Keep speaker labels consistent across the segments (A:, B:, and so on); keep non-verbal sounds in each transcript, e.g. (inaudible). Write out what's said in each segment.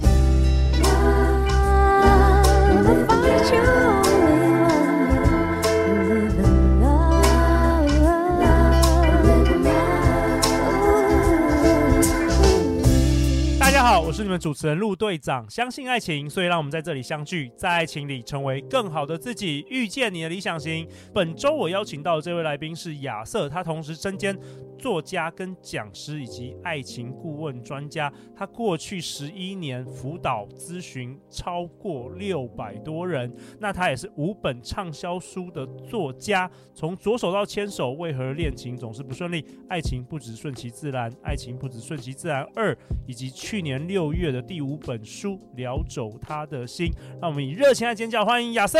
A: Love, find you only one. Live in love, live in love.
B: 大家好，我是你们主持人陆队长。相信爱情，所以让我们在这里相聚，在爱情里成为更好的自己，遇见你的理想型。本周我邀请到的这位来宾是亚瑟，他同时身兼作家、跟讲师以及爱情顾问专家。他过去十一年辅导咨询超过六百多人，那他也是五本畅销书的作家。从左手到牵手，为何恋情总是不顺利？爱情不只顺其自然，爱情不只顺其自然二。以及去年六月的第五本书《聊走他的心》。让我们以热情的尖叫欢迎亚瑟。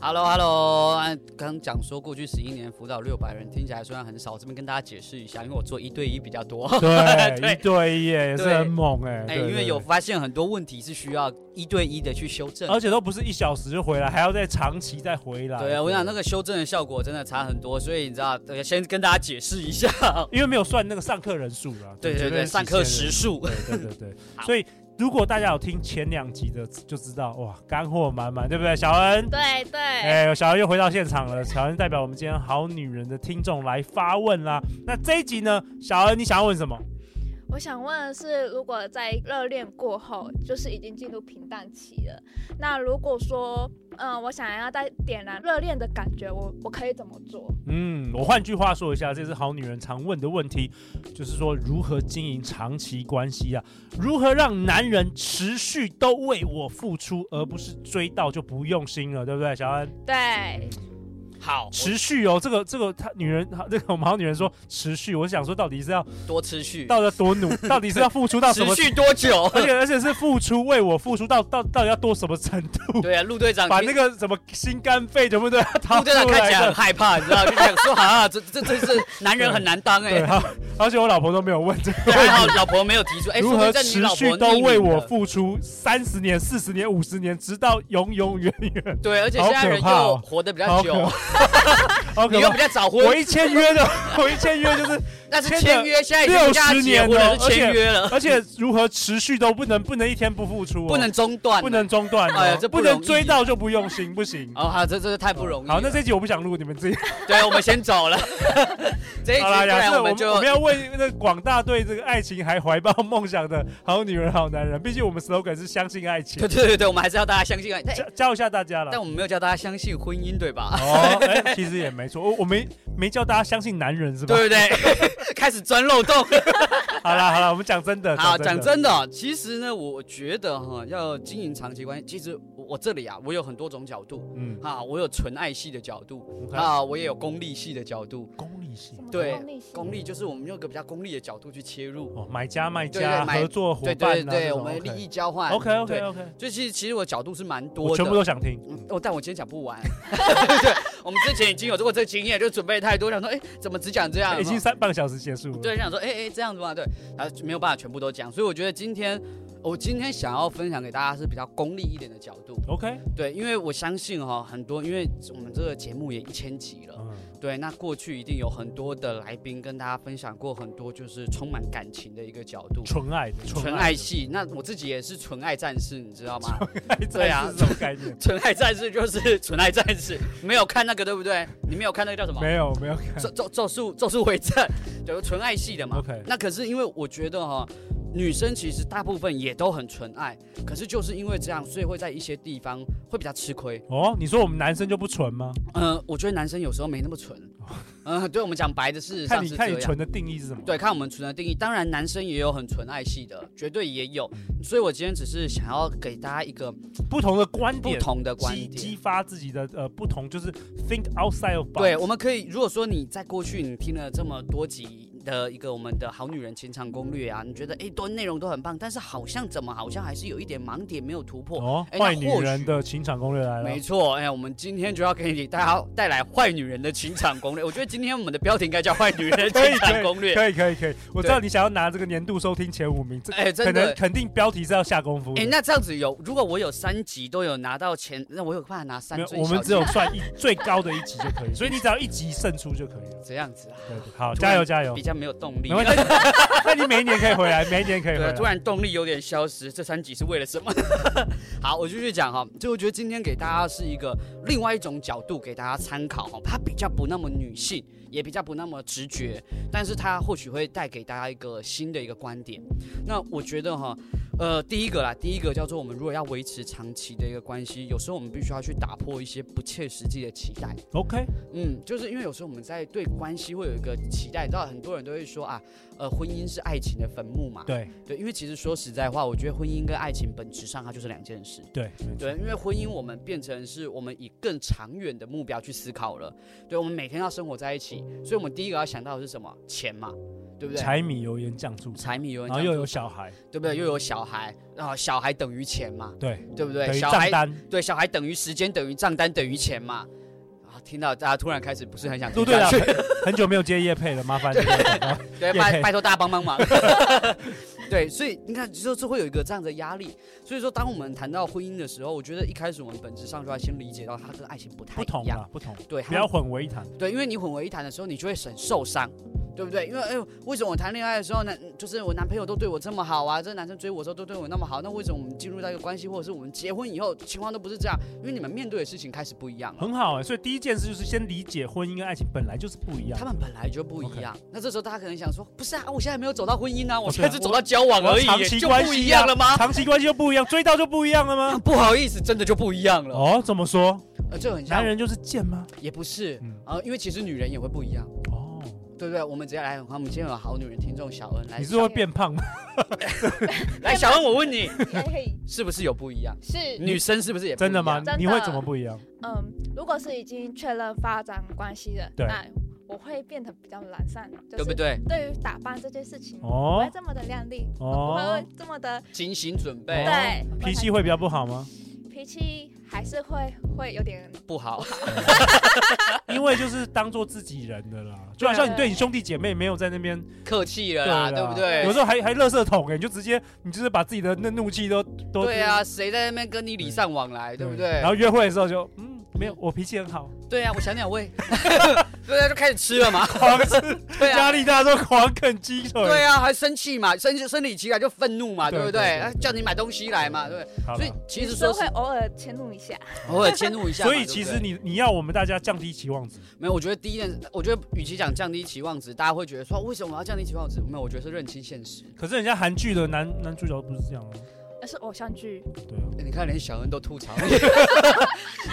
C: Hello Hello，啊刚讲说过去十一年辅导六百人，听起来虽然很少，这边跟大家解释一下，因为我做一对一比较多。 (laughs)
B: (laughs) 对，
C: 对
B: 一对一耶，也是
C: 对
B: 很猛哎。
C: 哎、
B: 对
C: 因为有，发现很多问题是需要一对一的去修
B: 对
C: 正。
B: 对而且都哦不是一小时就回来，还要再长期再回来。
C: 对啊，我想那个修正的效果真的差很多，所以你知道，对先跟大家解释一下。
B: 因为没有算那个上课人数啦。
C: 对
B: 就
C: 对
B: 是
C: 对，上课时
B: 期
C: 数。
B: 限的。对对对对，
C: (laughs) 好
B: 所以。如果大家有听前两集的，就知道哇，干货满满，对不对？小恩，
A: 对对，
B: 哎、小恩又回到现场了。小恩代表我们今天好女人的听众来发问啦。那这一集呢，小恩你想要问什么？
D: 我想问的是，如果在热恋过后，就是已经进入平淡期了，那如果说，嗯，我想要再点燃热恋的感觉，我我可以怎么做？
B: 嗯，我换句话说一下，这是好女人常问的问题，就是说如何经营长期关系啊？如何让男人持续都为我付出，而不是追到就不用心了，对不对？小安，
D: 对，
C: 好，
B: 持续哦，这个这个，她女人，这个我们好女人说持续，我想说到底是要
C: 多持续，
B: 到底要多努，到底是要付出到什么
C: 持？续多久？
B: 而且而且是付出为我付出到到到底要多什么程度？
C: 对啊，陆队长，
B: 把那个什么心肝肺全部都要掏
C: 陆
B: 出
C: 队长看
B: 来
C: 起来很
B: 的。
C: 害怕，你知道，就想说啊，这这这这男人很难当哎、
B: (laughs) 对，好而且我老婆都没有问 (laughs) 这个问
C: 还
B: 题
C: 好老婆没有提出，哎、
B: 如
C: 说
B: 何
C: 不定在你
B: 持
C: 老
B: 续
C: 婆
B: 都
C: 匿名
B: 为我
C: 的
B: 付出三十年、四十年、五十年，直到永永远远。
C: 对，而且
B: 好
C: 现在
B: 可
C: 人
B: 怕
C: 又
B: 哦
C: 活得比
B: 好
C: 较久，
B: 好可
C: 你又
B: 怕哦
C: 比！较早
B: 我
C: 婚，
B: 一签约的， (laughs) 我一签约就是，
C: 那是
B: 签了
C: 签约，现在已经不跟他
B: 60
C: 结
B: 年
C: 婚了，
B: 哦
C: 是签约了，
B: 而且如何持续都不能，不能一天不付出哦，
C: (laughs) 不能中断，
B: 不能。中断哦，
C: 哎呀这不
B: 不能
C: 容易
B: 追到就不用心，不行。
C: 哦，好，这这太不容易了。
B: 好，那这集我不想录，你们自己。
C: 对，我们先
B: (laughs)
C: 走了。哎这一集不
B: 好啦，亚
C: 然
B: 瑟，
C: 我
B: 我
C: 们
B: 们
C: 就
B: 我们要为那广大对这个爱情还怀抱梦想的好女人、好男人，毕竟我们 slogan 是相信爱情
C: 对，对对对，我们还是要大家相信爱。
B: 教教一下大家了
C: 但。我们没有叫大家相信婚姻，对 (laughs) 吧？
B: 哦，哎，其实也没错，我我没没叫大家相信男人是吧？
C: 对不对？ (laughs) 开始钻漏
B: (laughs)
C: 洞。
B: 好啦好啦，我们讲真的，
C: 好，讲
B: 的，
C: 真的哦，其实呢，我觉得哈，要经营长期关系，其实我我这里啊，我有很多种角度
B: 嗯，
C: 啊，我有纯爱系的角度
B: 好，
C: 啊，我也有功利系的角度。
B: 嗯功利性
D: 什么是
C: 对
D: 功利性
C: 功利就是我们用一个比较功利的角度去切入，
B: 哦，买家卖
C: 对
B: 家
C: 对买
B: 合作伙
C: 对
B: 伴啊，
C: 对对，
B: 这
C: 我
B: 种
C: 们利益交换。
B: OK OK
C: 对
B: OK，
C: 所以其实其实我角度是蛮多
B: 我
C: 的，
B: 全部都想听，
C: 嗯哦，但我今天讲不完。 (laughs) 对，我们之前已经有过这个经验，就准备太多，想说，哎，怎么只讲这样？
B: 已经三半个小时结束了，
C: 对，想说，哎哎，这样子嘛，对，然后没有办法全部都讲，所以我觉得今天。我今天想要分享给大家是比较功利一点的角度，
B: ，OK，
C: 对，因为我相信哈、很多，因为我们这个节目也一千集了，
B: 嗯，
C: 对，那过去一定有很多的来宾跟大家分享过很多就是充满感情的一个角度，
B: 纯爱的，
C: 纯
B: 爱
C: 爱
B: 的，
C: 系。那我自己也是纯爱战士，你知道吗？
B: (laughs) 对
C: 对
B: 啊
C: 啊，
B: 这是什么概
C: (laughs)
B: 念？
C: 纯爱战士就是 (laughs) 纯爱战士，没有看那个对不对？你没有看那个叫什么？
B: 没有没有看
C: 咒咒咒术咒术回战，对，纯爱系的嘛。
B: ，OK，
C: 那可是因为我觉得哈、女生其实大部分也都很纯爱，可是就是因为这样，所以会在一些地方会比较吃亏。
B: 哦，你说我们男生就不纯吗？
C: 嗯、我觉得男生有时候没那
B: (laughs)
C: 么纯。嗯、对我们讲白的，事实
B: 看
C: 上
B: 你
C: 是这
B: 看你
C: 样。
B: 纯的定义是什么？
C: 对，看我们纯的定义，当然男生也有很纯爱系的，绝对也有。
B: 嗯
C: 所以我今天只是想要给大家一个
B: 不同的观
C: 不
B: 点，
C: 同的观
B: 激激
C: 点。
B: 发自己的呃不同，就是 think outside of box。
C: 对，我们可以，如果说你在过去你听了这么多集的一个我们的好女人情场攻略啊，你觉得哎，都内容都很棒，但是好像怎么好像还是有一点盲点没有突破。
B: 哦，
C: 哎那
B: 坏女
C: 或
B: 人
C: 许
B: 的情场攻略来了
C: 没。错，哎，我们今天就要给你大家带来坏女人的情场攻略。我觉得今天我们的标题应该叫《坏女人的
B: (laughs) 可以
C: 情场攻略》。
B: 可以可以可以，我知
C: 对
B: 道你想要拿这个年度收听前五名，这
C: 哎，
B: 可
C: 真
B: 能
C: 的，
B: 肯定标题是要下功夫的。
C: 哎，那这样子有，如果我有三集都有拿到前，那我有办法拿三
B: 没有，
C: 最
B: 我们
C: 小
B: 只有算一最高的一集就可以，所以你只要一集胜出就可以了。
C: 这样子啊，
B: 对对好，
C: 突
B: 加
C: 然
B: 油加油
C: 比！较没有动力啊
B: 没。关系，那你每一年可以回来，每一年可以回
C: 对，啊
B: 来
C: 突。然动力有点消失，这三集是为了什么？ (laughs) 好，我继续讲哈，就我觉得今天给大家是一个另外一种角度给大家参考哈，它比较不那么女性，也比较不那么直觉，但是它或许会带给大家一个新的一个观点。那我觉得哈，呃，第一个啦，第一个叫做我们如果要维持长期的一个关系，有时候我们必须要去打破一些不切实际的期待。
B: OK，
C: 嗯，就是因为有时候我们在对关系会有一个期待，到很多人都会说啊，呃，婚姻是爱情的坟墓嘛。
B: 对
C: 对，因为其实说实在话，我觉得婚姻跟爱情本质上它就是两件事。
B: 对
C: 对，因为婚姻我们变成是我们以更长远的目标去思考了。对，我们每天要生活在一起，所以我们第一个要想到的是什么？钱嘛，对不对？
B: 柴米油盐酱醋茶，
C: 柴米油盐
B: 然后
C: 酱
B: 又
C: 醋
B: 有
C: 茶
B: 小，孩，
C: 对不对？又有小孩，然后小孩等于钱嘛，
B: 对，
C: 对不
B: 等
C: 对？
B: 于
C: 小
B: 账
C: 孩
B: 单。
C: 对小孩等于时间等于账单等于钱嘛。啊，听到大家突然开始不是很想
B: 陆
C: 听
B: 队
C: 下
B: 长
C: 去，
B: 啊很久没有接叶配了，麻烦你了。
C: (laughs) 对，
B: 也可
C: 拜
B: 以
C: 拜托大家
B: (laughs)
C: 帮帮忙。对，所以你看，就是会有一个这样的压力。所以说，当我们谈到婚姻的时候，我觉得一开始我们本质上就要先理解到它跟爱情不太
B: 不同
C: 一样。
B: 啊，不同，
C: 对，
B: 不
C: 它
B: 要混为一谈。
C: 对，因为你混为一谈的时候，你就会很受伤，对不对？因为哎呦，为什么我谈恋爱的时候，男就是我男朋友都对我这么好啊，这男生追我的时候都对我那么好，那为什么我们进入到一个关系，或者是我们结婚以后情况都不是这样？因为你们面对的事情开始不一样了。
B: 很好哎、所以第一件事就是先理解婚姻跟爱情本来就是不一样。
C: 他们本来就不一
B: OK
C: 样。那这时候大家可能想说，不是啊，我现在没有走到婚姻啊，我
B: 哦
C: 现在
B: 对啊
C: 只走到交往而已
B: 长，期
C: 就
B: 关
C: 不
B: 系
C: 一
B: 啊
C: 样了吗？
B: 长期关系就不一样，追到就不一样了
C: 啊
B: 吗？
C: 不好意思，真的就不一样了。
B: 哦，怎么说？
C: 呃，这很像
B: 男，人就是贱吗？
C: 也不是
B: 嗯
C: 啊、呃因为其实女人也会不一样，
B: 哦，
C: 对不对？我们直接来，我们今天有好女人听众小恩来
B: 你，是会变胖吗？
C: 来小恩，我问你，
D: 嘿
C: 是不是有不一样？
D: 是
C: 女生是不是也不一
B: 真
C: 样
B: 的吗？
D: 真的
B: 你会怎么不一样？
D: 嗯，如果是已经确认发展关系的，
B: 对
D: 那我会变得比较懒散，就
C: 对不
D: 是
C: 对？
D: 对于打扮这件事情，我不
B: 哦
D: 会这么的靓丽，我不
B: 哦
D: 会，这么的
C: 精心准
B: 哦
C: 备
D: 对，
B: 脾气会比较不好吗？
D: 脾气还是会会有点
C: 不好，
B: 因为就是当做自己人的啦，就好像你对你兄弟姐妹没有在那边，
C: 客气了啦，啊对不对
B: 啊有？时候还还垃圾桶哎、你就直接你就是把自己的那怒气都都
C: 对啊，谁在那边跟你礼尚往来，对不对
B: 嗯然？后约会的时候就嗯没有，我脾气很好，
C: 对啊，我小鸟胃， (laughs) 对啊，就开始吃
B: (laughs)
C: 了嘛，
B: 狂吃，
C: 对啊
B: 压。力大都狂啃鸡腿。
C: 对啊，还生气嘛，生生理期来就愤怒嘛，
B: 对
C: 对不
B: 对对
C: 对？啊叫你买东西来嘛，对不对？
B: 好
C: 所
B: 了
C: 以其实
D: 是
C: 说是
D: 会偶尔迁怒一下，
C: 偶尔迁怒一下嘛，
B: 所以
C: 对不
B: 其
C: 对
B: 实你你要我们大家降低期望值，
C: 没有，我觉得第一件，我觉得与其讲降低期望值，大家会觉得说为什么我要降低期望值？没有，我觉得是认清现
B: (laughs)
C: 实。
B: 可是人家韩剧的男男主角不是这样啊，
D: 那是偶像剧，
B: 对啊，
C: 你看，连小恩都吐槽
B: (laughs)
C: 你，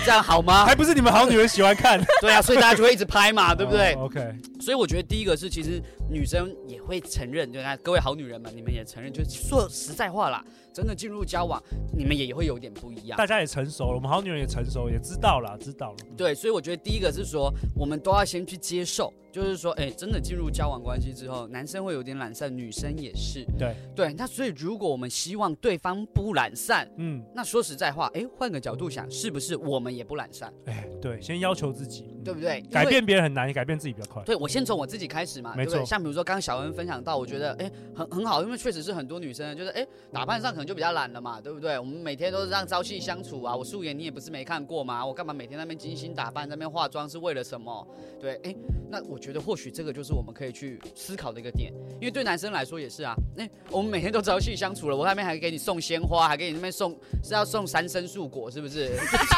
C: 这样好吗
B: 还？不是你们好女人喜欢看，
C: 对啊，所以大家就会一直拍嘛， (laughs) 对不对？
B: 哦？OK，
C: 所以我觉得第一个是，其实女生也会承认，就那各位好女人们，你们也承认，就是说实在话啦，真的进入交往，你们也会有点不一样。
B: 大家也成熟了，我们好女人也成熟，也知道啦，知道了。
C: 对，所以我觉得第一个是说，我们都要先去接受，就是说，哎，真的进入交往关系之后，男生会有点懒散，女生也是。
B: 对
C: 对，那所以如果我们希望对方不懒散，
B: 嗯，
C: 那说实在话，哎，换个角度想，是不是我们也不懒散，
B: 哎，对，先要求自己，嗯
C: 对不对？因为
B: 改。变别人很难，改变自己比较快。
C: 对，我先从我自己开始嘛，
B: 没
C: 对不对？
B: 错
C: 像比如说刚刚小恩分享到，我觉得哎很很好，因为确实是很多女生就是哎打扮上可能就比较懒了嘛，对不对？我们每天都是这样朝夕相处啊，我素颜你也不是没看过嘛，我干嘛每天在那边精心打扮，在那边化妆是为了什么？对，哎，那我觉得或许这个就是我们可以去思考的一个点，因为对男生来说也是啊，哎，我们每天都朝夕相处了，我在那边还给你送鲜花，还给你那边送是要送三生树果是不是？ (laughs)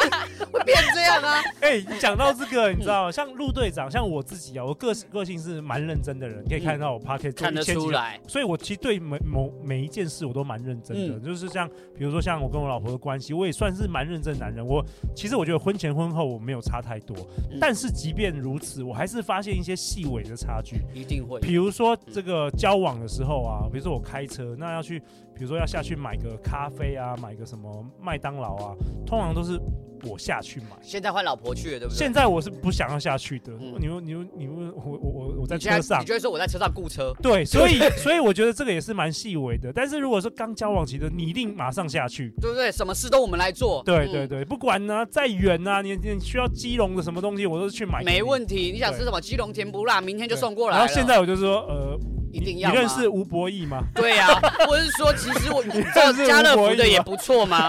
C: 会变这样啊？
B: 哎，你讲到这个， (laughs) 你知道，像陆队长，像我自己啊，我个个性是蛮认真的人，可以看到我 p a r t
C: 嗯看得出来，
B: (laughs) 所以我其实对每某每一件事我都蛮认真的，
C: 嗯
B: 就是像比如说像我跟我老婆的关系，我也算是蛮认真的男人。我其实我觉得婚前婚后我没有差太多，
C: 嗯
B: 但是即便如此，我还是发现一些细微的差距。
C: 一定会
B: 比如说这个交往的时候啊，比如说我开车，那要去，比如说要下去买个咖啡啊，买个什么麦当劳啊，通常都是我下去买。
C: 现在换老婆去了，对不对？
B: 现在我是不想要下去的。
C: 嗯
B: 你问你问你问我我我我在
C: 你现
B: 车上
C: 你，就会说我在车上雇车，
B: 对，所以所以我觉得这个也是蛮细微的。但是如果说刚交往期的，你一定马上下去。
C: 对不对？什么事都我们来做，
B: 对
C: 嗯
B: 对对，不管呢、再远啊，你你需要基隆的什么东西，我都是去买。
C: 没
B: 题，
C: 问题。你想吃什么？基隆甜不辣，明天就送过来
B: 然
C: 了。
B: 后现在我就说，呃，
C: 一
B: 你
C: 定要
B: 你认
C: 吗
B: 识吴博义吗？
C: 对呀、我是说，其
B: (laughs)
C: 实我你知道
B: 认识
C: 家乐
B: 吴伯
C: 福
B: 义
C: 的也
B: 吗
C: 不
B: (laughs)
C: 错嘛，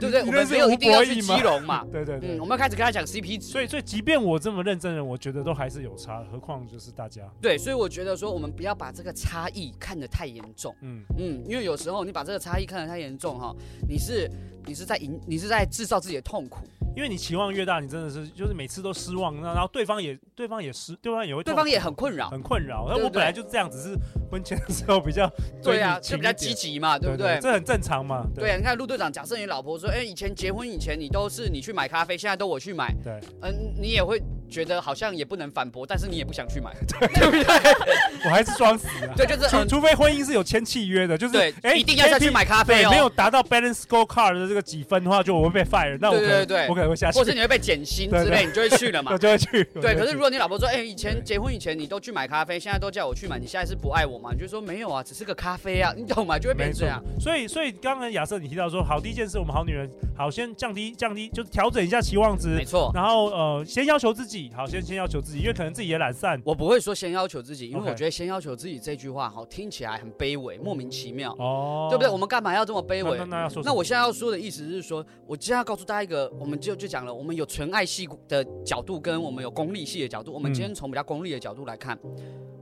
C: 对不对？
B: 你认
C: 我们
B: 识
C: 没有
B: 吴
C: 一定要
B: 伯
C: 去
B: 义吗
C: 基隆嘛，
B: 对对对。
C: 嗯，我们要开始跟他讲 CP 值。
B: 所以，所以即便我这么认真的人，我觉得都还是有差，何况就是大家，
C: 对，所以我觉得说，我们不要把这个差异看得太严重，
B: 嗯，
C: 嗯，因为有时候你把这个差异看得太严重哈，你是你是在引你是在制造自己的痛苦，
B: 因为你期望越大，你真的是就是每次都失望，那然后对方也对方也失，对方也会
C: 对
B: 痛
C: 方也很困扰，
B: 很困扰。那
C: 对
B: 我
C: 对
B: 本来就这样，只是婚前的时候比较
C: 对啊，
B: 就
C: 就比较积，极嘛，对不对？
B: 这很正常嘛，
C: 对啊，你看陆队长，假设你老婆说，哎，以前结婚以前你都是你去买咖啡，现在都我去买，
B: 对， (laughs)
C: 嗯，你也会觉得好像也不能反驳，但是你也不想去买，对不对？
B: 我还是装死啊。
C: 对，就是
B: 除
C: 嗯
B: 除非婚姻是有签契约的，就是
C: 对，一定要下去。买咖
B: KP 对
C: 啡，哦，
B: 没有达到 balance scorecard 的这个几分的话，就我会被 fire，那我可能
C: 对对对
B: 我可能会下去
C: 或，是你会被减薪之类，你就会去了
B: (laughs)
C: 嘛
B: 我。就会去。我就
C: 对，
B: 会
C: 可是
B: 去
C: 如果你老婆说，哎、以
B: 对
C: 前结婚以前你都去买咖啡，现在都叫我去买，你现在是不爱我吗？你就说没有啊，只是个咖啡啊，你懂吗？就会变
B: 没
C: 成这
B: 错
C: 样。，
B: 所以所以刚才亚瑟你提到说，好，第一件事，我们好女人，好先降低降低，就调整一下期望值
C: 没，错，
B: 然后呃，先要求自己，好，先先要求自己，因为可能自己也懒散。
C: 我不会说先要求自己，因为
B: OK
C: 我觉得先要求自己这句话好听起来很卑微，莫名其妙，
B: 哦，
C: 对不对？我们干嘛要这么卑
B: 那那
C: 微？
B: 那要说什么，嗯
C: 那我现在要说的意思是说，我今天要告诉大家一个，我们就就讲了，我们有纯爱系的角度，跟我们有功利系的角度。我们今天从比较功利的角度来看，
B: 嗯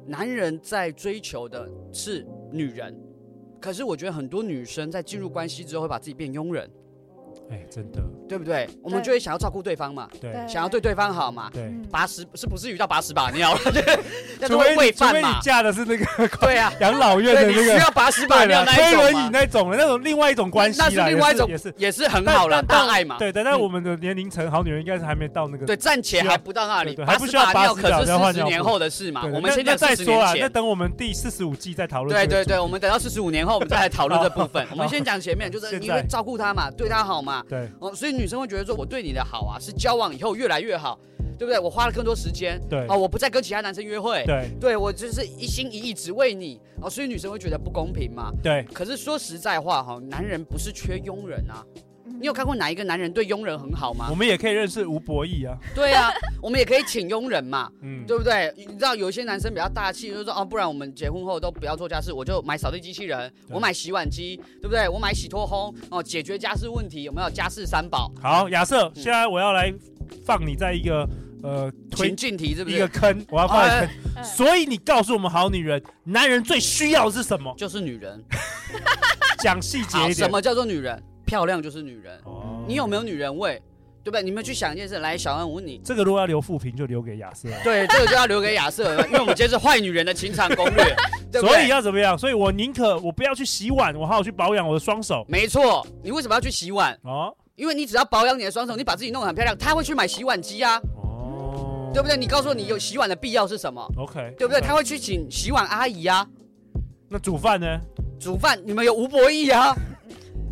C: 男人在追求的是女人，可是我觉得很多女生在进入关系之后会把自己变佣人，
B: 哎，真的，
C: 对不对？我们
D: 对
C: 就会想要照顾对方嘛，
B: 对
C: 想要对对方好嘛。
B: 对，
D: 嗯
C: 把屎是不是遇到把屎把尿 (laughs) 了？那
B: 除
C: 都
B: 非
C: 会
B: 你
C: 喂
B: 除非
C: 饭
B: 你
C: 嘛？
B: 嫁的是那个 (laughs)
C: 对啊，
B: 养老院的
C: 对，你
B: 那
C: 需
B: 个，
C: 要把屎把
B: 对
C: 尿
B: 了，
C: 那一
B: 推
C: 种
B: 轮椅
C: 嘛，
B: 那种的那种另外一种关系啦，
C: 那是另外一种
B: 也是也是
C: 也是很好了，
B: 但但
C: 大爱嘛。
B: 对，但但我们的年龄层，好女人应该是还没到那个。
C: 对，暂且
B: 需要
C: 还不到那里，
B: 对对
C: 把
B: 还
C: 屎
B: 不需要
C: 把
B: 把
C: 尿
B: 屎
C: 可
B: 把
C: 是
B: 尿
C: 四
B: 换
C: 十
B: 尿
C: 年
B: 布
C: 后的事嘛。
B: 对
C: 我们
B: 那
C: 先
B: 那
C: 讲
B: 再
C: 四十
B: 说啦啊
C: 年，
B: 那
C: 前。
B: 等我们第四十五季再讨论
C: 对
B: 这个
C: 对对，我们等到四十五年后，我们再来
B: (laughs)
C: 讨论这部分。我们先讲前面，就是
B: 现
C: 你
B: 在
C: 会照顾他嘛，对他好嘛。
B: 对
C: 哦，所以女生会觉得说，我对你的好啊，是交往以后越来越好，对不对？我花了更多时间，
B: 对
C: 哦，我不再跟其他男生约会，
B: 对
C: 对我就是一心一意只为你。哦，所以女生会觉得不公平嘛。
B: 对，
C: 可是说实在话哈，男人不是缺佣人啊。
D: 嗯
C: 你有看过哪一个男人对佣人很好吗
B: (laughs) 我？们也可以认识吴博义啊，
C: 对啊，我们也可以请佣人嘛。
B: 嗯，
C: 对不对？你知道有一些男生比较大气，就是说哦，不然我们结婚后都不要做家事，我就买扫地机器人，
B: 对
C: 我买洗碗机，对不对？我买洗脱烘，哦，解决家事问题，有没有家事三宝？
B: 好，亚
C: 嗯
B: 瑟，现在我要来放你在一个呃推
C: 情境题是不
B: 一个
C: 是？？
B: 坑，我要放你坑。
D: 哎
B: 所以你告诉我们，好女人，男人最需要的是什么
C: 就是女人。
B: 讲细 (laughs) 节
C: 好，
B: 一
C: 什
B: 点。
C: 么叫做女人？漂亮就是女人。
B: 哦
C: 你有没有女人味？对不对？你们去想一件事，来，小安，我问你。
B: 这个如果要留负评，就留给亚瑟。
C: 对，这个就要留给亚瑟了，因 (laughs) 为我们今天是坏女人的情场攻略，
B: (laughs)
C: 对不对？
B: 所以要怎么样？所以我宁可我不要去洗碗，我好好去保养我的双手。
C: 没错，你为什么要去洗碗？
B: 哦
C: 因为你只要保养你的双手，你把自己弄得很漂亮，他会去买洗碗机啊，
B: 哦，
C: 对不对？你告诉我你有洗碗的必要是什么？
B: ？OK，
C: 对不对？他会去请洗碗阿姨啊，
B: 那煮饭呢？
C: 煮饭。你们有吴博
B: (laughs)
C: 义啊？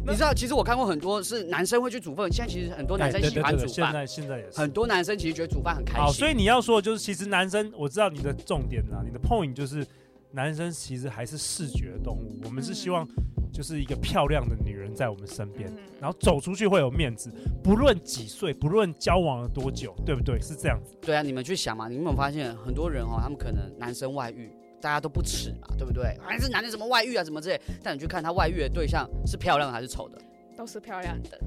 B: 那
C: 你知道，其实我看过很多是男生会去煮饭，现在其实很多男生
B: 哎对
C: 喜欢
B: 对对
C: 煮
B: 现
C: 饭，
B: 在现在也是。
C: 很多男生其实觉得煮饭很开
B: 好，
C: 心。
B: 所以你要说的就是，其实男生，我知道你的重点啊啦，你的 point 就是，男生其实还是视觉的动物，我们是希望就是一个漂亮的女人在我们身边，
D: 嗯
B: 然后走出去会有面子，不论几岁，不论交往了多久，对不对？是这样子，
C: 对啊，你们去想嘛，你们有没有发现很多人哦，他们可能男生外遇，大家都不耻嘛，对不对？还是男的什么外遇啊，什么之类。但你去看他外遇的对象是漂亮的还是丑的，
D: 都是漂亮的，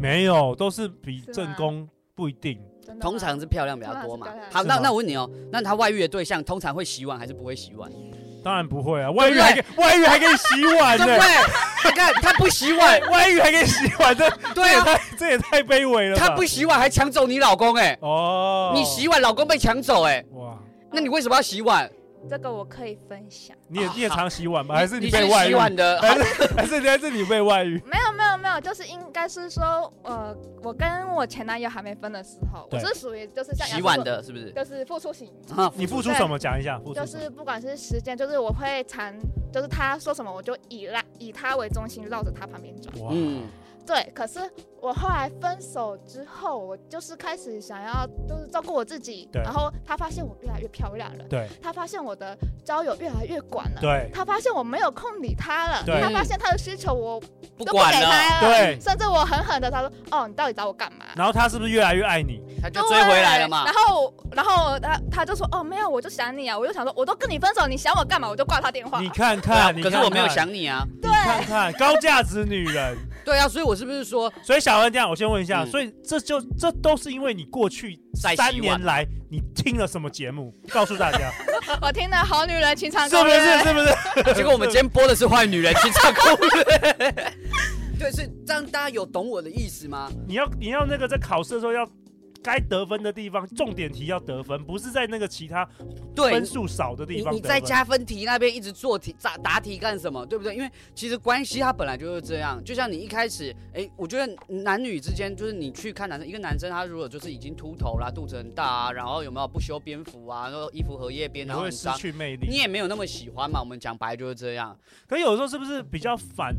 B: 没有，都是比
D: 是吗
B: 正宫不一定，
D: 真的吗
C: 通常是漂亮比较多嘛
D: 通常是。漂
C: 好，
B: 亮
C: 那那我问你哦，那他外遇的对象通常会洗碗还是不会洗碗？
B: 当然不会啊，外
C: 对不
B: 遇
C: 对
B: 还可以，外遇还可以洗碗
C: 对不
B: 呢
C: 对，？ (laughs) 你看他不洗
B: 外
C: 碗，
B: 外遇还可以洗碗，这
C: (laughs) 对
B: 这也
C: 啊，
B: 太这也太卑微了吧？
C: 他不洗碗还抢走你老公哎、
B: 哦，
C: 你洗碗，老公被抢走、哎，
B: 哇，
C: 那你为什么要洗碗？
D: 这个我可以分享。
B: 你也
C: 啊
B: 你也常洗碗吗？
C: 你
B: 还是
C: 你
B: 被外
C: 洗
B: 遇？
C: 碗的？
B: (laughs) 还是还是在这里被外遇？
D: 没有没有没有，就是应该是说，呃，我跟我前男友还没分的时候，我
B: 对
D: 是属于就是像
C: 洗碗，的是不是？
D: 就是付出型，
C: 啊，
B: 你付出什么？讲一下，付出
D: 就
B: 什
D: 是
B: 么
D: 不管是时间，就是我会缠，就是他说什么我就以赖以他为中心，绕着他旁边转。
B: 哇，
C: 嗯，
E: 对，可是我后来分手之后，我就是开始想要就是照顾我自己，
B: 对
E: 然后他发现我越来越漂亮了，
B: 对
E: 他发现我的交友越来越广了。
B: 对
E: 他发现我没有空理他了，
B: 对
E: 他发现他的需求我
C: 不
E: 都不给
C: 管了，
E: 他了，
B: 对
E: 甚至我狠狠的他说，哦，你到底找我干嘛？
B: 然后他是不是越来越爱你？
C: 他就追回来了嘛
E: 对然。后，然后他他就说，哦，没有，我就想你啊，我就想说，我都跟你分手，你想我干嘛？我就挂他电话。
B: 你看
C: 对啊
B: 看，你
C: 可是
B: 看
C: 我没有
B: 看，
C: 想你啊。
B: 你看
C: (laughs)
B: 看高价值女人。
C: 对啊，所以我是不是说
B: 所以小恩这样，我先问一下，
C: 嗯
B: 所以这就这都是因为你过去
C: 在洗碗
B: 三年来你听了什么节目？告诉大家，
E: 我听了《好女人情场
B: (laughs) 是
E: 攻
B: 不
E: 略》，
B: 是？是不是？
C: (laughs) 结果我们今天播的是《坏女人情场攻 (laughs) 略》。对，是这样，大家有懂我的意思吗？
B: 你要你要那个在考试的时候要该得分的地方，重点题要得分，不是在那个其他
C: 对
B: 分，数少的地
C: 你
B: 方
C: 你
B: 得
C: 在
B: 分
C: 加分题那边一直做题答答题干什么？对不对？因为其实关系它本来就是这样，就像你一开始，哎，我觉得男女之间就是你去看男生，一个男生他如果就是已经秃头啦、肚子很大啊，然后有没有不修边幅啊，然后衣服荷叶边，
B: 你
C: 然后
B: 会
C: 很
B: 失
C: 脏。
B: 去魅力。
C: 你也没有那么喜欢嘛，我们讲白就是这样。
B: 可有的时候是不是比较反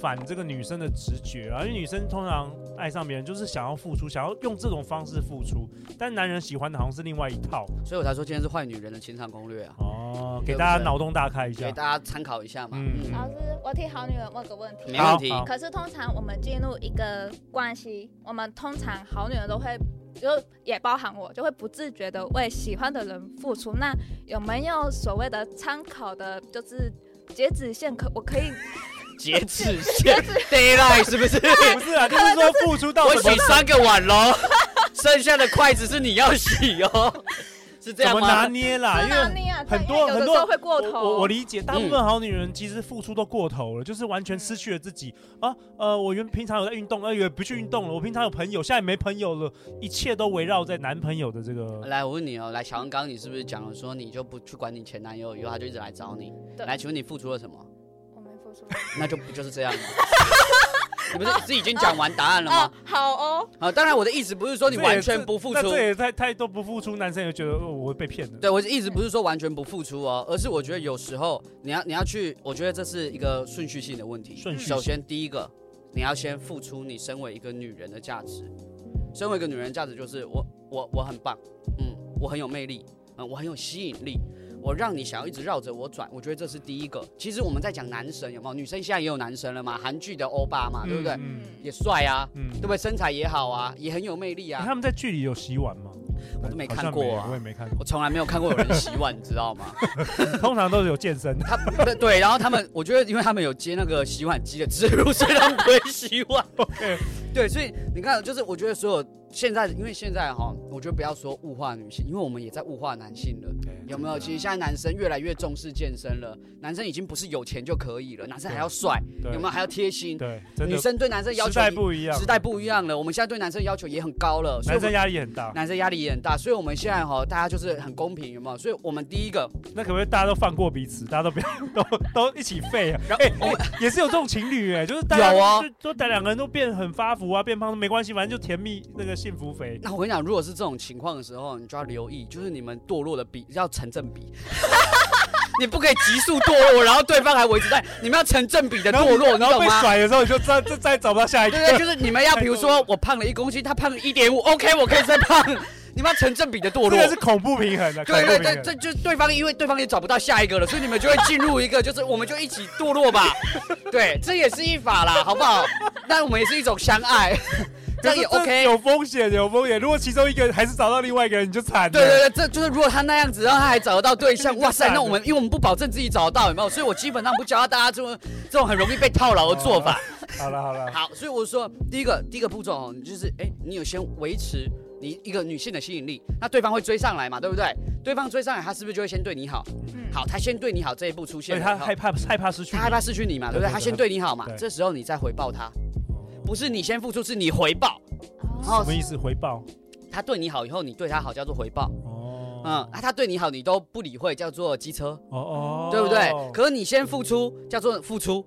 B: 反这个女生的直觉啊？因为女生通常爱上别人就是想要付出，想要用这种方式付出，但男人喜欢的好像是另外一套
C: 所以我才说今天是坏女人的情场攻略啊，
B: 哦，
C: 对
B: 给
C: 不
B: 大家
C: 对
B: 脑洞大开一下
C: (laughs) 给。大家参考一下嘛。
B: 嗯
D: 老
C: 嗯，
D: 师，我替好女人问个问题。
C: 没问题。
B: 好
D: 可是通常我们进入一个关系，我们通常好女人都会，就也包含我，就会不自觉的为喜欢的人付出。那有没有所谓的参考的，就是截止线可我可以
C: 截止线 d a y l i g h t 是不是？
B: 不是啊，就是说付出到
C: 我
B: 什么
C: 洗三个碗喽， (laughs) 剩下的筷子是你要洗哦， (laughs) 是这
B: 怎
C: 样
B: 么拿
C: 吗？
B: 捏啦？因
D: 拿
B: 为
D: 捏啊？
B: 很多
D: 因为有
B: 很
D: 的
B: 多
D: 时候会过头。
B: 我我我理解，大部
C: 嗯
B: 分好女人其实付出都过头了，就是完全失去了自己啊。呃，我原平常有在运动，呃，也不去运动了。我平常有朋友，现在没朋友了，一切都围绕在男朋友的这个。
C: 来，我问你哦，来，小恩刚刚你是不是讲了说你就不去管你前男友，以后他就一直来找你？
E: 对
C: 来，请问你付出了什 (laughs) 么？
E: 我没付出。
C: 那就不就是这 (laughs) 样吗？你不是是已经讲完答案了吗
E: 哦？，
C: (laughs)
E: 好哦，
C: 啊，当然我的意思不是说你
B: 这也
C: 完全
B: 是
C: 不付
B: 那
C: 出
B: 这，也太太多不付出，男生也觉得、哦我会被骗的。
C: 对我一直不是说完全不付出哦，而是我觉得有时候你要你要去，我觉得这是一个顺序性的问题。
B: 顺序性
C: 首先第一个，你要先付出你身为一个女人的价值。身为一个女人的价值就是我我我很棒，嗯，我很有魅力，嗯，我很有吸引力，我让你想要一直绕着我转。我觉得这是第一个。其实我们在讲男神有没有？女生现在也有男神了嘛？韩剧的欧巴嘛，对不对？
B: 嗯
C: 也帅啊，
B: 嗯
C: 对不对？身材也好啊，也很有魅力
B: 欸
C: 啊。
B: 他们在剧里有洗碗吗？
C: 我都没
B: 好像
C: 看过啊
B: 没我也没看过。 (laughs)
C: 我从来没有看过有人洗碗，你知道吗？
B: 通常都是有健身的，
C: 他对对，然后他
B: (laughs)
C: 们，我觉得因为他们有接那个洗碗机的植入，所以他们不会洗碗。
B: (laughs) OK
C: 对，所以你看，就是我觉得所有现在，因为现在哈，我觉得不要说物化女性，因为我们也在物化男性了。有没有？其实现在男生越来越重视健身了，男生已经不是有钱就可以了，男生还要帅，
B: 对
C: 有没有？还要贴心。
B: 对，真
C: 女
B: 的
C: 生对男生要
B: 时
C: 求
B: 代不一样，
C: 时代不一样了，我们现在对男生要求也很高了，所以
B: 男
C: 我
B: 生
C: 们
B: 压力很大。
C: 男生压力也很大，所以我们现在哈，大家就是很公平，有没有？所以我们第一个
B: 那可不可以大家都放过彼此，大家都不要 (laughs) 都都一起废啊？
C: 然后
B: 哎、欸也是有这种情侣哎、
C: (laughs)
B: 就是大家
C: 有啊
B: 就就大家两个人都变很发福啊，变胖都没关系，反正就甜蜜那个幸福肥。
C: 那我跟你讲，如果是这种情况的时候，你就要留意，就是你们堕落的比要成正比， (laughs) 你不可以急速堕落，然后对方还维持在，你们要成正比的哎堕落，你
B: 然后
C: 懂
B: 被
C: 吗？
B: 甩的时候，你就 (laughs) 再再再找不到下一
C: 对
B: 个。
C: 对，就是你们要，比如
B: 太堕
C: 说我胖了一公斤，他胖了一点五，OK，我可以再胖，你们要成正比的堕
B: 这
C: 落
B: 个。是恐怖平衡的，
C: 对
B: 恐
C: 对
B: 怖平
C: 对，
B: 衡
C: 这就是对方，因为对方也找不到下一个了，所以你们就会进入一个，就是我们就一起堕落吧。对，这也是一法啦，好不好？但我们也是一种相爱， (laughs) 这
B: 可
C: 样
B: 是
C: 也 OK。
B: 有风险，有风险。如果其中一个还是找到另外一个人，你就惨了。
C: 对对对，这就是如果他那样子，然后他还找得到
B: (laughs)
C: 对象，
B: 就是
C: 哇塞，
B: 这样子
C: 那我们因为我们不保证自己找得到，有没有？所以我基本上不教大家这种这种很容易被套牢的
B: (laughs)
C: 做法。
B: 好了好了，
C: 好，所以我说第一个第一个步骤哦，你就是哎，你有先维持你一个女性的吸引力，那对方会追上来嘛，对不对？对方追上来，他是不是就会先对你好？
D: 嗯
C: 好，他先对你好这一步出
B: 所
C: 现
B: 以
C: 了，
B: 哎他
C: 好
B: 害怕害怕失去
C: 他
B: 你，
C: 害怕失去你嘛，对不
B: 对
C: 对？
B: 对
C: 他
B: 对
C: 先对你好嘛
B: 对，
C: 这时候你再回报他，不是你先付出，是你回报。然后
B: 什么意思？回报
C: 他对你好以后，你对他好叫做回报。
B: 哦，
C: 嗯，啊，他对你好你都不理会，叫做机车。
B: 哦哦，
C: 对不对？可是你先付出，叫做付出，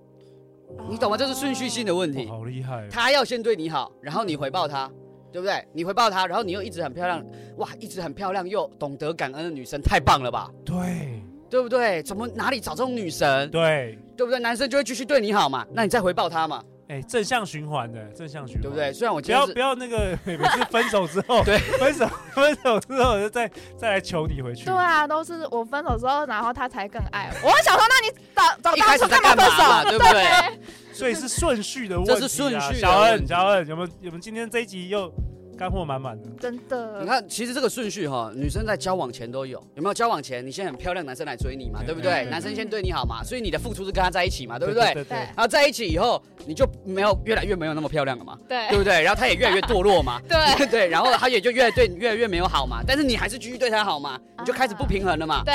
C: 你懂吗？这是顺序性的问
B: 哇
C: 题。
B: 好厉害哦，
C: 他要先对你好，然后你回报他，对不对？你回报他，然后你又一直很漂亮，哇，一直很漂亮又懂得感恩的女生，太棒了吧？
B: 对
C: 对不对？怎么哪里找这种女神？
B: 对
C: 对不对？男生就会继续对你好嘛，那你再回报他嘛，
B: 哎，正向循环的，正向循环，
C: 对不对？？虽然我
B: 不
C: 今天
B: 要
C: 是
B: 不要那个每次分手之后，
C: (laughs) 对，
B: 分手分手之后就再再来求你回去。
E: 对啊，都是我分手之后，然后他才更爱我。我想说，那你早早
C: 一
E: 当
C: 开始
E: 初
C: 在
E: 嘛
C: 干
E: 分
C: 嘛嘛，
E: 手？
C: 对不对？
B: 所以是顺序的问题、啊，
C: 这是顺序的
B: 小
C: 问
B: 恩，
C: 题
B: 小恩，有没有？有没有？今天这一集又干货满满的，
E: 真的。
C: 你看，其实这个顺序哈，女生在交往前都有，有没有？交往前你先很漂亮，男生来追你嘛，
B: 对
C: 对不
E: 对
C: 对？
E: 对
C: 男生先对你好嘛，所以你的付出是跟他在一起啊嘛，对不对？
B: 对
E: 对
C: 然后在一起以后，你就没有越来越没有那么漂亮了嘛，对
D: 对，
C: 不对？然后他也越来越堕落
B: (laughs)
C: 嘛
D: 对
C: 对，然后他也就越来对你越来越没有好嘛，但是你还是继续对他好嘛，
B: 啊
C: 你就开始不平衡了嘛，
D: 对，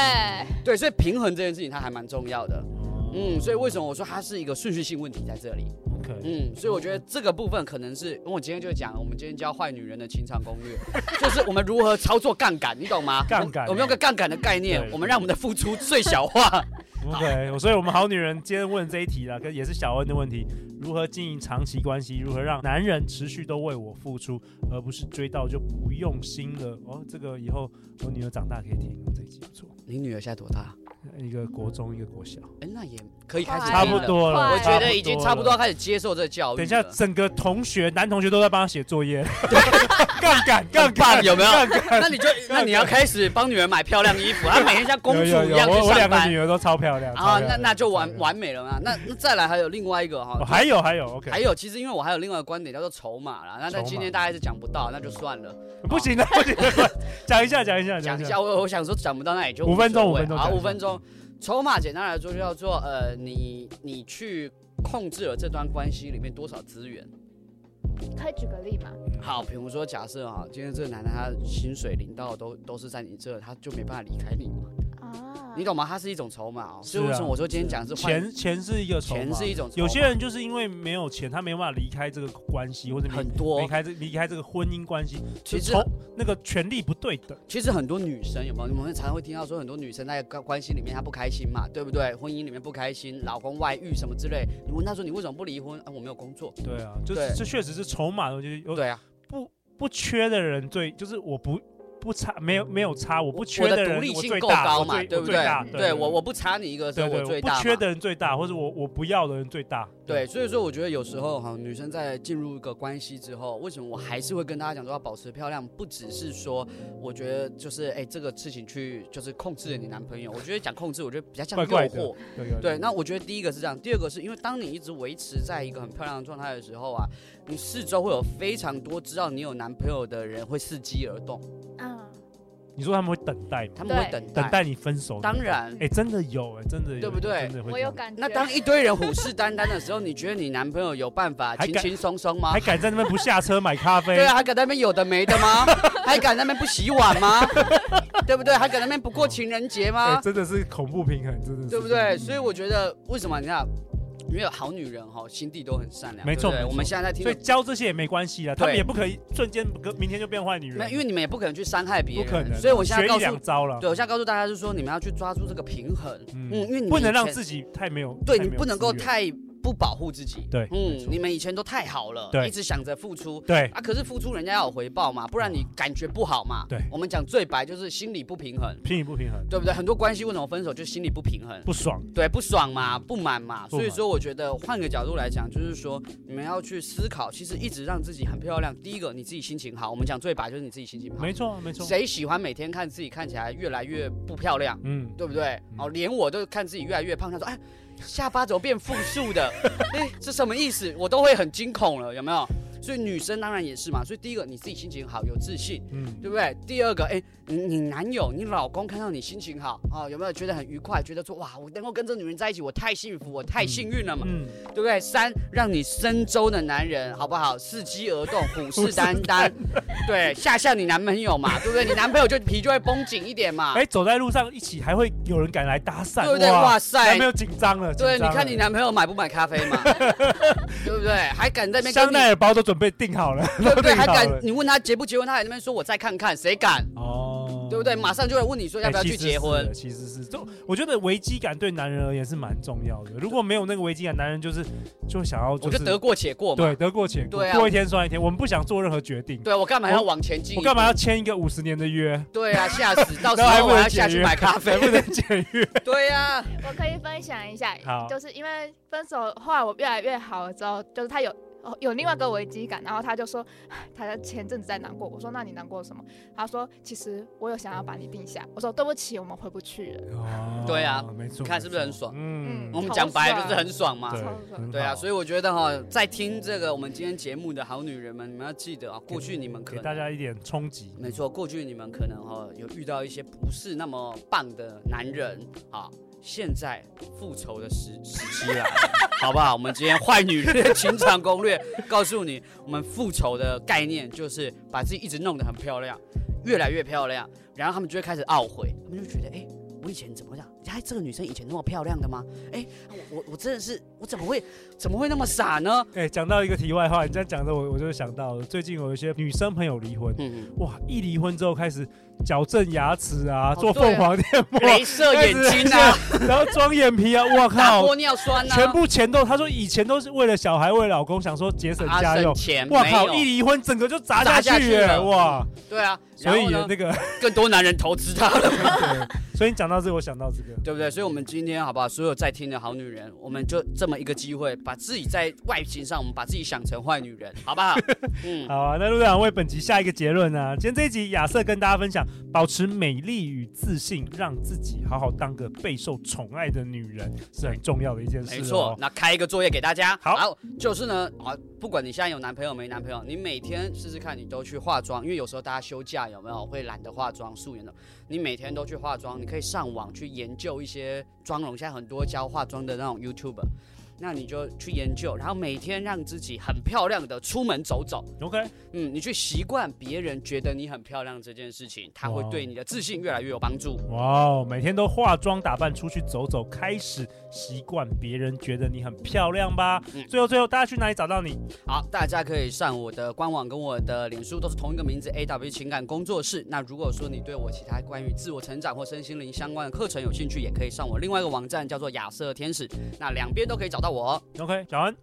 C: 对，所以平衡这件事情它还蛮重要的，嗯，所以为什么我说它是一个顺序性问题在这里？
B: ，OK，
C: 嗯，所以我觉得这个部分可能是，因为我今天就讲，我们今天教坏女人的情场攻略， (laughs) 就是我们如何操作杠杆，你懂吗？
B: 杠杆
C: 我们用个杠杆的概念
B: 对，
C: 我们让我们的付出最小化。
B: OK，所以我们好女人今天问这一题了，跟也是小恩的问题：如何经营长期关系？如何让男人持续都为我付出，而不是追到就不用心了？哦，这个以后我女儿长大可以听，这一集不错，
C: 你女儿现在多大？
B: 一个国中，一个国小，
C: 哎，那也可以开始
D: 快
B: 差
C: 听
B: 不
C: 了。
B: 多了，
D: 快
C: 我觉得已经差不多
B: 了
C: 要。开始接受这个教育了。
B: 等一下，整个同学男同学都在帮他写作
C: (laughs)
B: 业，杠杆杠
C: 很棒
B: 杆
C: 有没有
B: 杠杆 (laughs)
C: 那你就那你要开始帮女儿买漂亮衣服， (laughs) 她每天像公主
B: 有
C: 一
B: 有有
C: 样
B: 我
C: 去
B: 我两
C: 上
B: 个
C: 班
B: 女。儿都超漂亮
C: 啊，
B: 超漂亮
C: 那那就完
B: 超漂亮
C: 完美了嘛。那那再来还有另外一个哈
B: 哦，还有还有，OK，
C: 还有，其实因为我还有另外一个观点叫做筹码啦，那
B: 筹
C: 在
B: 码
C: 今天大概是讲不到，那就算了。
B: 不行的不行的，讲一下讲一下
C: 讲一下，我我想说讲不到那也就
B: 五分钟
C: 无所谓
B: 五分钟
C: 好，
B: 讲一
C: 五
B: 下
C: 分钟。筹码简单来说就叫做呃，你你去控制了这段关系里面多少资源。
E: 可以举个例嘛？
C: 好，比如说假设哈，今天这个男的他薪水领到都都是在你这，他就没办法离开你嘛，
E: 啊，
C: 你懂吗？他是一种筹码哦。所以
B: 是啊
C: 为什么我说今天讲是换
B: 钱钱是一个筹码
C: 钱是一种筹码，
B: 有些人就是因为没有钱，他没办法离开这个关系，或者
C: 很
B: 离
C: 多
B: 离，开这离开这个婚姻关系，
C: 其实
B: 就从那个权利不对等，
C: 其实很多女生有没有？你们常常会听到说，很多女生在关关系里面她不开心嘛，对不对？婚姻里面不开心，老公外遇什么之类。你问她说你为什么不离婚？啊，我没有工作。
B: 对啊，就
C: 对
B: 是这确实是筹码的东西，有
C: 对啊，
B: 不缺的人最就是我不。不差，没有没有差，我不缺
C: 我的
B: 人，
C: 独
B: 我
C: 立性
B: 最
C: 够
B: 大
C: 高
B: 我
C: 嘛，
B: 最
C: 对
B: 我
C: 不
B: 最大
C: 对？对我我不差你一个，所
B: 对
C: 以
B: 对，
C: 我最
B: 不
C: 大
B: 缺
C: 嘛。嗯
B: 的人最大，或者我我不要的人最大。
C: 对，所以
B: 嗯
C: 说我觉得有时候哈，女生在进入一个关系之后，为什么我还是会跟大家讲说要保持漂亮，不只是说我觉得就是哎、这个事情去就是控制了你男朋友，我觉得讲控制，我觉得比较像
B: 怪
C: 诱惑。
B: 怪的对对
C: 对，那我觉得第一个是这样，第二个是因为当你一直维持在一个很漂亮的状态的时候啊，你四周会有非常多知道你有男朋友的人会伺机而动，
E: 嗯，
B: 你说他们会等待吗？
C: 他们会
E: 对
C: 等待。
B: 等待你分手？
C: 当，然，
B: 哎，真的有，哎，真的有，
C: 对不对
B: 真的会
E: 我有感觉。
C: 那当一堆人虎视眈眈的时候，你觉得你男朋友有办法
B: 还
C: 轻
B: 敢
C: 轻松松吗
B: 还？敢在那边不下车买咖啡？
C: 对啊，还敢在那边有的没的
B: (laughs)
C: 吗？还敢在那边不洗碗吗？对不对？还敢在那边不过情人节
B: 哎，
C: 吗？
B: 真的是恐怖平衡，真的是，
C: 对不对？？所以我觉得为什么你看，因为有好女人哈、心地都很善良，
B: 没错
C: 对不对
B: 没错
C: 我们现在在听
B: 所以教这些也没关系啦，他们
C: 对
B: 也不可以瞬间隔明天就变坏女人，
C: 没有，因为你们也不可能去伤害别
B: 不可
C: 人，
B: 能。啊
C: 所以我现在
B: 学
C: 告
B: 一
C: 诉
B: 两，招了，
C: 对我现在告诉大家就是说，你们要去抓住这个平衡，
B: 嗯
C: 嗯，因为你们
B: 不能
C: 以
B: 让
C: 前
B: 自己太没有，
C: 对
B: 太
C: 你
B: 没有
C: 不能够
B: 自由
C: 太不保护自己，
B: 对没
C: 嗯，
B: 错
C: 你们以前都太好了，
B: 对
C: 一直想着付出。
B: 对
C: 啊，可是付出人家要有回报嘛，不然你感觉不好嘛。
B: 哦对
C: 我们讲最白就是心理不平衡，
B: 平衡不平衡，
C: 对不对？很多关系为什么分手，就是心理不平衡，
B: 不爽，
C: 对，不爽嘛，不满嘛。
B: 不满
C: 所以说，我觉得换个角度来讲，就是说你们要去思考，其实一直让自己很漂亮。第一个，你自己心情好，我们讲最白就是你自己心情好。
B: 没错没错，
C: 谁喜欢每天看自己看起来越来越不漂亮，
B: 嗯，
C: 对不对？哦，连我都看自己越来越胖，他说哎，下巴怎么变复数的？ (laughs) 哎，这什么意思？我都会很惊恐了，有没有？所以女生当然也是嘛。所以第一个，你自己心情好，有自信。
B: 嗯，
C: 对不对？第二个，哎，你你男友、你老公看到你心情好啊、有没有觉得很愉快？觉得说哇，我能够跟这女人在一起，我太幸福，我太幸运了嘛，
B: 嗯，
C: 对不对？三，让你身周的男人好不好？伺机而动，虎视眈
B: (laughs)
C: 眈，对，吓吓你男朋友嘛，对不对？你男朋友就皮就会绷紧一点嘛，
B: 哎，走在路上一起还会有人敢来搭讪，
C: 对不对？哇
B: 男
C: 塞
B: 朋，友紧张了，紧
C: 对，你
B: 张
C: 看
B: 了
C: 你男朋友买不买咖啡
B: (laughs)
C: 嘛，对不对？还敢在那边
B: 香
C: 跟
B: 奈
C: 你，
B: 儿包都准备订好了，
C: 对
B: 都
C: 不对？
B: 订
C: 还
B: 好
C: 敢
B: 了
C: 你问他结不结婚，他还在那边说我再看看，谁敢？
B: 哦，
C: 对不对？马上就会问你说要不要
B: 哎
C: 去结婚，？
B: 其实是的其实是，就我觉得危机感对男人而言是蛮重要的。如果没有那个危机感，男人就是就想要
C: 我
B: 就
C: 就是得过且过嘛。
B: 对得过且过，
C: 对啊
B: 过一天算一天。我们不想做任何决定，
C: 对我干嘛要往前进？
B: 我干嘛要？签一个五十年的约？
C: 对啊，吓死！
B: (laughs)
C: 到时
B: 然后还不
C: 候我
B: 能
C: 要下
B: 解
C: 去
B: 约
C: 买咖啡
B: (laughs) 还。不能解约？
C: (laughs) 对啊呀，
E: 我可以分享一下
B: 好，
E: 就是因为分手后来我越来越好了之后，就是他有哦有另外一个危机感，然后他就说唉他前阵子在难过，我说那你难过什么？他说其实我有想要把你定下，我说对不起，我们回不去了，
B: 哦
C: 对啊，
B: 没错，
C: 你看是不是很
B: 没错
C: 爽
B: 嗯
E: 嗯
C: 我们
E: 好
C: 讲白了
E: 爽
C: 就是很爽嘛。
B: 对
E: 超爽
C: 对啊，所
B: 以
C: 以我觉得哈，在听这个我们今天节目的好女人们，你们要记得啊，过去你们可
B: 给
C: 能
B: 大家一点冲击，
C: 没错，过去你们可能哈有遇到一些不是那么棒的男人啊，现在复仇的时时期了，好不好？我们今天坏女人的情场攻略，告诉你，我们复仇的概念就是把自己一直弄得很漂亮，越来越漂亮，然后他们就会开始懊悔，他们就觉得哎。我以前怎么这样？哎，这个女生以前那么漂亮的吗？哎，我我我真的是，我怎么会怎么会那么傻呢？
B: 哎、讲到一个题外话，你这样讲的我我就想到了，最近有一些女生朋友离婚，
C: 嗯，
B: 哇，一离婚之后开始矫正牙齿啊，做
C: 对
B: 凤
C: 啊
B: 凰电波，
C: 镭射眼睛啊，
B: 然后装眼皮
C: (laughs)
B: 啊，我
C: 打
B: 靠，
C: 玻尿酸啊，
B: 全部钱都他说以前都是为了小孩为了老公想说节省
C: 啊
B: 家
C: 省
B: 用，
C: 钱，
B: 哇
C: 没
B: 靠，
C: 有
B: 一离婚整个就砸
C: 砸下
B: 去
C: 去
B: 耶，
C: 了
B: 哇，
C: 对啊，
B: 所以
C: 然后
B: 有
C: 呢
B: 那
C: (laughs)
B: 个，
C: 更多男人投资他了， (laughs)
B: 所以你讲到这个，我想到这个，
C: 对不对？所以，我们今天好不好？所有在听的好女人，我们就这么一个机会，把自己在外形上，我们把自己想成坏女人，好
B: (laughs)
C: 不好？嗯，
B: 好啊，那陆队长为本集下一个结论呢、今天这一集亚瑟跟大家分享，保持美丽与自信，让自己好好当个备受宠爱的女人是很重要的一件事、哦。
C: 没错。，那开一个作业给大家，
B: 好
C: 就是呢，啊，不管你现在有男朋友没男朋友，你每天试试看，你都去化妆，因为有时候大家休假有没有会懒得化妆素颜的，你每天都去化妆，你可以上网去研究一些妆容，现在很多教化妆的那种 YouTube。那你就去研究，然后每天让自己很漂亮的出门走走，
B: OK，
C: 嗯，你去习惯别人觉得你很漂亮这件事情，它会
B: 哇哦
C: 对你的自信越来越有帮助。
B: 哇哦，每天都化妆打扮出去走走，开始习惯别人觉得你很漂亮吧。
C: 嗯
B: 最后最后，大家去哪里找到你？
C: 好，大家可以上我的官网跟我的脸书，都是同一个名字 A W 情感工作室。那如果说你对我其他关于自我成长或身心灵相关的课程有兴趣，也可以上我另外一个网站，叫做亚瑟天使。那两边都可以找到我哦。
B: OK，小安，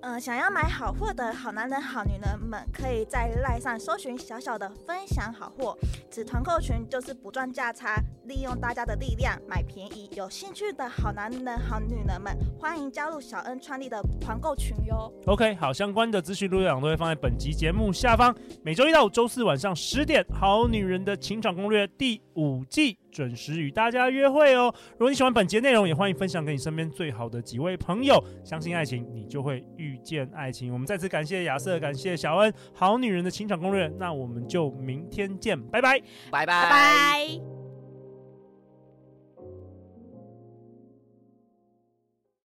F: 呃，想要买好货的好男人、好女人们，可以在赖上搜寻小小的分享好货，此团购群就是不赚价差，利用大家的力量买便宜。有兴趣的好男人、好女人们，欢迎加入小恩创立的团购群哟。
B: OK，好，相关的资讯陆队长都会放在本集节目下方。每周一到周四晚上十点，《好女人的情场攻略》第五季准时与大家约会哦。如果你喜欢本节内容，也欢迎分享给你身边最好的几位朋友。相信爱情，你就会遇见爱情。我们再次感谢亚瑟，感谢小恩，《好女人的情场攻略》。那我们就明天见，拜拜。
C: 拜拜。
F: 拜拜。